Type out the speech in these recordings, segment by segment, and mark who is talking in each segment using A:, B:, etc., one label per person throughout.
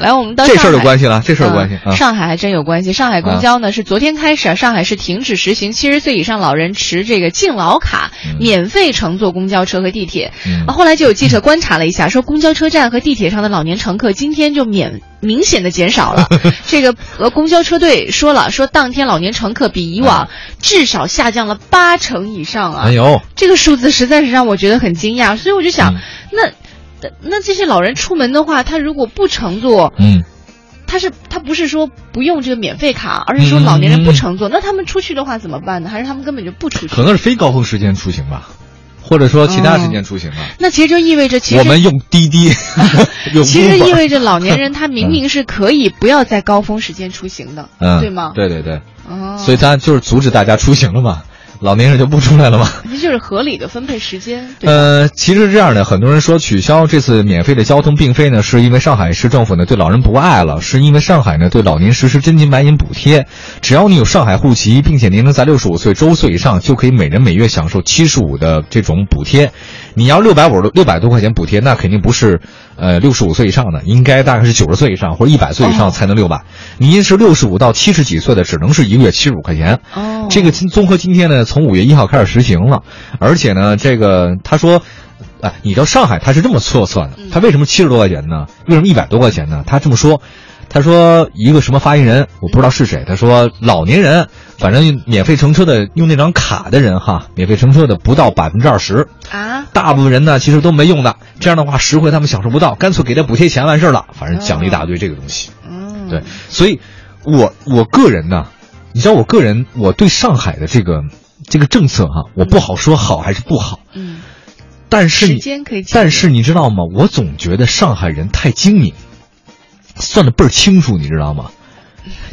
A: 来，我们到
B: 这事儿有
A: 上海
B: 关系了，这事儿有关系
A: 嗯
B: 啊。
A: 上海还真有关系。上海公交呢、是昨天开始啊，上海市停止实行七十岁以上老人持这个敬老卡、
B: 嗯
A: 免费乘坐公交车和地铁。
B: 嗯
A: 啊，后来就有记者观察了一下，说公交车站和地铁上的老年乘客今天就免明显的减 少了。这个呃，公交车队说了，说当天老年乘客比以往至少下降了八成以上啊。
B: 啊哎呦，
A: 这个数字实在是让我觉得很惊讶，所以我就想，
B: 嗯
A: 那那那这些老人出门的话，他如果不乘坐，
B: 嗯，
A: 他是他不是说不用这个免费卡，而是说老年人不乘坐，那他们出去的话怎么办呢？还是他们根本就不出去
B: 嗯可？能是非高峰时间出行吧，或者说其他时间出行吧。
A: 那其实就意味嗯着，其实
B: 我们用 滴滴，用
A: 其实
B: Uber
A: 意味着老年人他明明是可以不要在高峰时间出行的，
B: 嗯，
A: 对吗？，
B: 对对对，
A: 哦，
B: 所以他就是阻止大家出行了嘛，老年人就不出来了嘛。
A: 这就是合理的分配时间，对吧？
B: 呃，其实是这样的，很多人说取消这次免费的交通，并非呢是因为上海市政府呢对老人不爱了，是因为上海呢对老年实施真金白银补贴，只要你有上海户籍，并且年龄在六十五岁周岁以上，就可以每人每月享受七十五的这种补贴。你要六百五六百多块钱补贴，那肯定不是呃六十五岁以上的，应该大概是九十岁以上或者一百岁以上才能六百、你是六十五到七十几岁的，只能是一个月七十五块钱。
A: 哦，
B: 这个今综合今天呢，从五月一号开始实行了，而且呢，这个他说，哎，你知道上海他是这么测算的
A: 嗯，
B: 他为什么七十多块钱呢？为什么一百多块钱呢？他这么说，他说一个什么发言人，我不知道是谁，他说老年人，反正免费乘车的用那张卡的人哈，免费乘车的不到百分之二十，
A: 啊，
B: 大部分人呢其实都没用的，这样的话实惠他们享受不到，干脆给他补贴钱完事儿了，反正讲了一大堆这个东西。
A: 嗯，
B: 对，所以我我个人呢，你知道我个人我对上海的这个这个政策哈、我不好说好还是不好，
A: 嗯，
B: 但是
A: 时
B: 你
A: 间可以解决，
B: 但是你知道吗？我总觉得上海人太精明，算的倍儿清楚，你知道吗？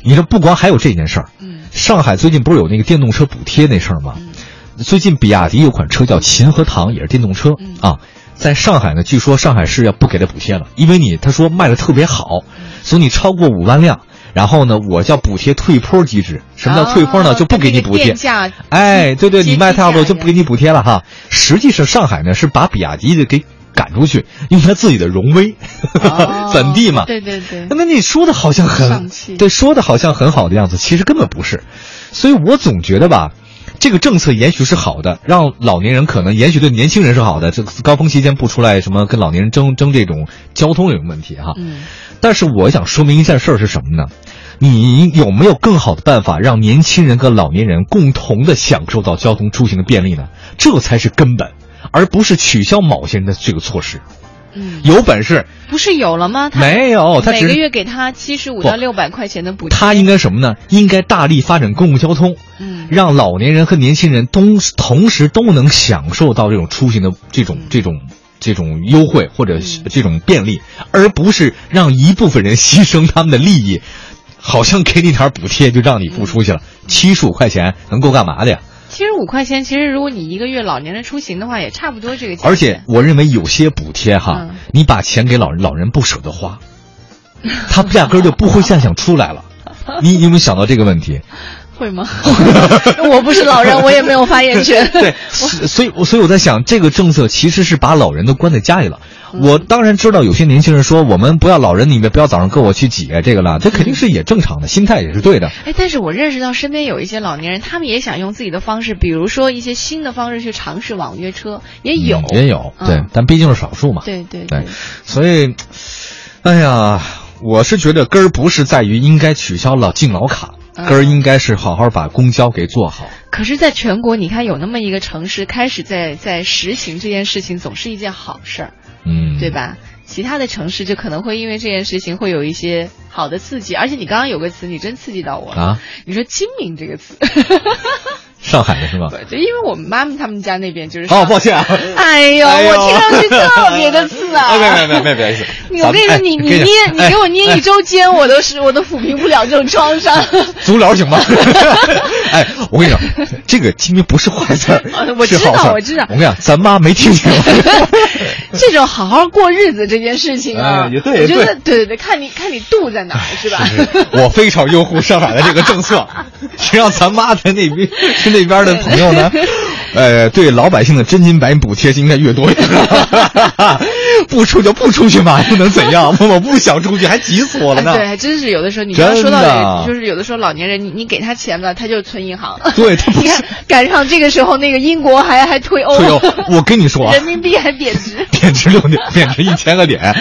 B: 你说不光还有这件事儿，
A: 嗯
B: 上海最近不是有那个电动车补贴那事儿吗？
A: 嗯
B: 最近比亚迪有款车叫秦和堂，也是电动车
A: 嗯
B: 啊，在上海呢，据说上海市要不给他补贴了，因为你他说卖的特别好，
A: 嗯
B: 所以你超过五万辆，然后呢，我叫补贴退坡机制。什么叫退坡呢？
A: 哦
B: 就不给你
A: 跟那个
B: 补贴
A: 电。价
B: 哎，对对，
A: 阶
B: 你卖
A: 梯
B: 太多
A: 价
B: 就
A: 一
B: 不给你补贴了哈。实际上，上海呢是把比亚迪的给赶出去，用他自己的荣威，
A: 哦
B: 本地嘛。
A: 对对对，
B: 那你说的好像
A: 上
B: 很
A: 气
B: 对，说的好像很好的样子，其实根本不是。所以我总觉得吧，这个政策也许是好的，让老年人可能也许对年轻人是好的，这个高峰期间不出来什么跟老年人争争这种交通这种问题哈、
A: 嗯
B: 但是我想说明一件事儿是什么呢？你有没有更好的办法让年轻人跟老年人共同的享受到交通出行的便利呢？这才是根本，而不是取消某些人的这个措施。
A: 嗯，
B: 有本事
A: 不是有了吗？他
B: 没有？哦他
A: 每
B: 只
A: 个
B: 是
A: 月给他七十五
B: 不
A: 到六百块钱的补贴，
B: 他应该什么呢？应该大力发展公共交通，
A: 嗯
B: 让老年人和年轻人同同时都能享受到这种出行的这种这种这种优惠或者是
A: 嗯
B: 这种便利，而不是让一部分人牺牲他们的利益，好像给你点儿补贴就让你不出去了，
A: 嗯
B: 七十五块钱能够干嘛的呀？
A: 七十五块钱，其实如果你一个月老年人出行的话，也差不多这个钱。
B: 而且我认为有些补贴哈，
A: 嗯
B: 你把钱给老人，老人不舍得花， 他压根儿就不会再想出来了。你你有没有想到这个问题？
A: 会 吗？我不是老人，我也没有发言权。
B: 对，所所以我所以我在想，这个政策其实是把老人都关在家里了。我当然知道有些年轻人说，我们不要老人，你们不要早上跟我去挤这个了，这肯定是也正常的，心态也是对的。
A: 哎，但是我认识到身边有一些老年人，他们也想用自己的方式，比如说一些新的方式去尝试网约车，也有。
B: 嗯也有
A: 嗯
B: 对，但毕竟是少数嘛。
A: 对对
B: 对，所以，哎呀，我是觉得根儿不是在于应该取消老敬老卡，
A: 嗯
B: 根儿应该是好好把公交给做好。
A: 可是，在全国，你看有那么一个城市开始在在实行这件事情，总是一件好事儿。
B: 嗯，
A: 对？吧？其他的城市就可能会因为这件事情会有一些好的刺激，而且你刚刚有个词，你真刺激到我了。
B: 啊，
A: 你说“精明”这个 词，
B: 上海的是吧？
A: 对，就因为我们妈妈他们家那边就是
B: 哦，抱歉啊。
A: 哎呦，
B: 哎呦
A: 我听上去特别的刺啊！
B: 哎没没没没，别意思。
A: 你我跟你说，
B: 咱们哎
A: 你你
B: 跟哎
A: 捏
B: 讲
A: 你给我捏一周肩，我都是我都抚平不了这种创 伤。
B: 足疗行吗？哎，我跟你讲，这个今明不是 坏字儿
A: 呃，我
B: 是
A: 知道
B: 好事儿
A: 我知道
B: 我跟你讲，咱妈没听见。
A: 这种好好过日子这件事情啊，
B: 哎也对
A: 我觉
B: 也
A: 得对对对，看你看你度在哪儿是吧？
B: 我非 常 拥护上海的这个政策，谁让咱妈在那边是那边的朋友呢？呃，对老百姓的真金白银补贴应该越多越好。 不出就不出去嘛，又能怎样？我不想出去，还急死我了呢。
A: 哎对，还真是有的时候，你刚刚说到
B: 真的
A: 的，就是有的时候老年人，你你给他钱吧，他就存银 行了。
B: 对他不
A: 你看赶上这个时候，那个英国还还退欧，
B: 所以我我跟你说 啊，
A: 人民币还贬值。
B: 贬值六点，贬值一千个点，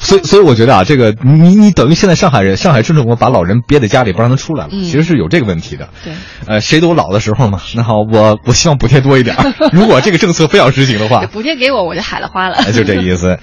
B: 所以所以我觉得啊，这个你你等于现在上海人，上海市政府把老人憋在家里不让他出来了，
A: 嗯
B: 其实是有这个问题的。
A: 对，，
B: 呃，谁都有老的时候嘛。那好，我我希望补贴多一点儿，如果这个政策非要执行的话哎
A: 补贴给我，我就海了花了。
B: 就这意思。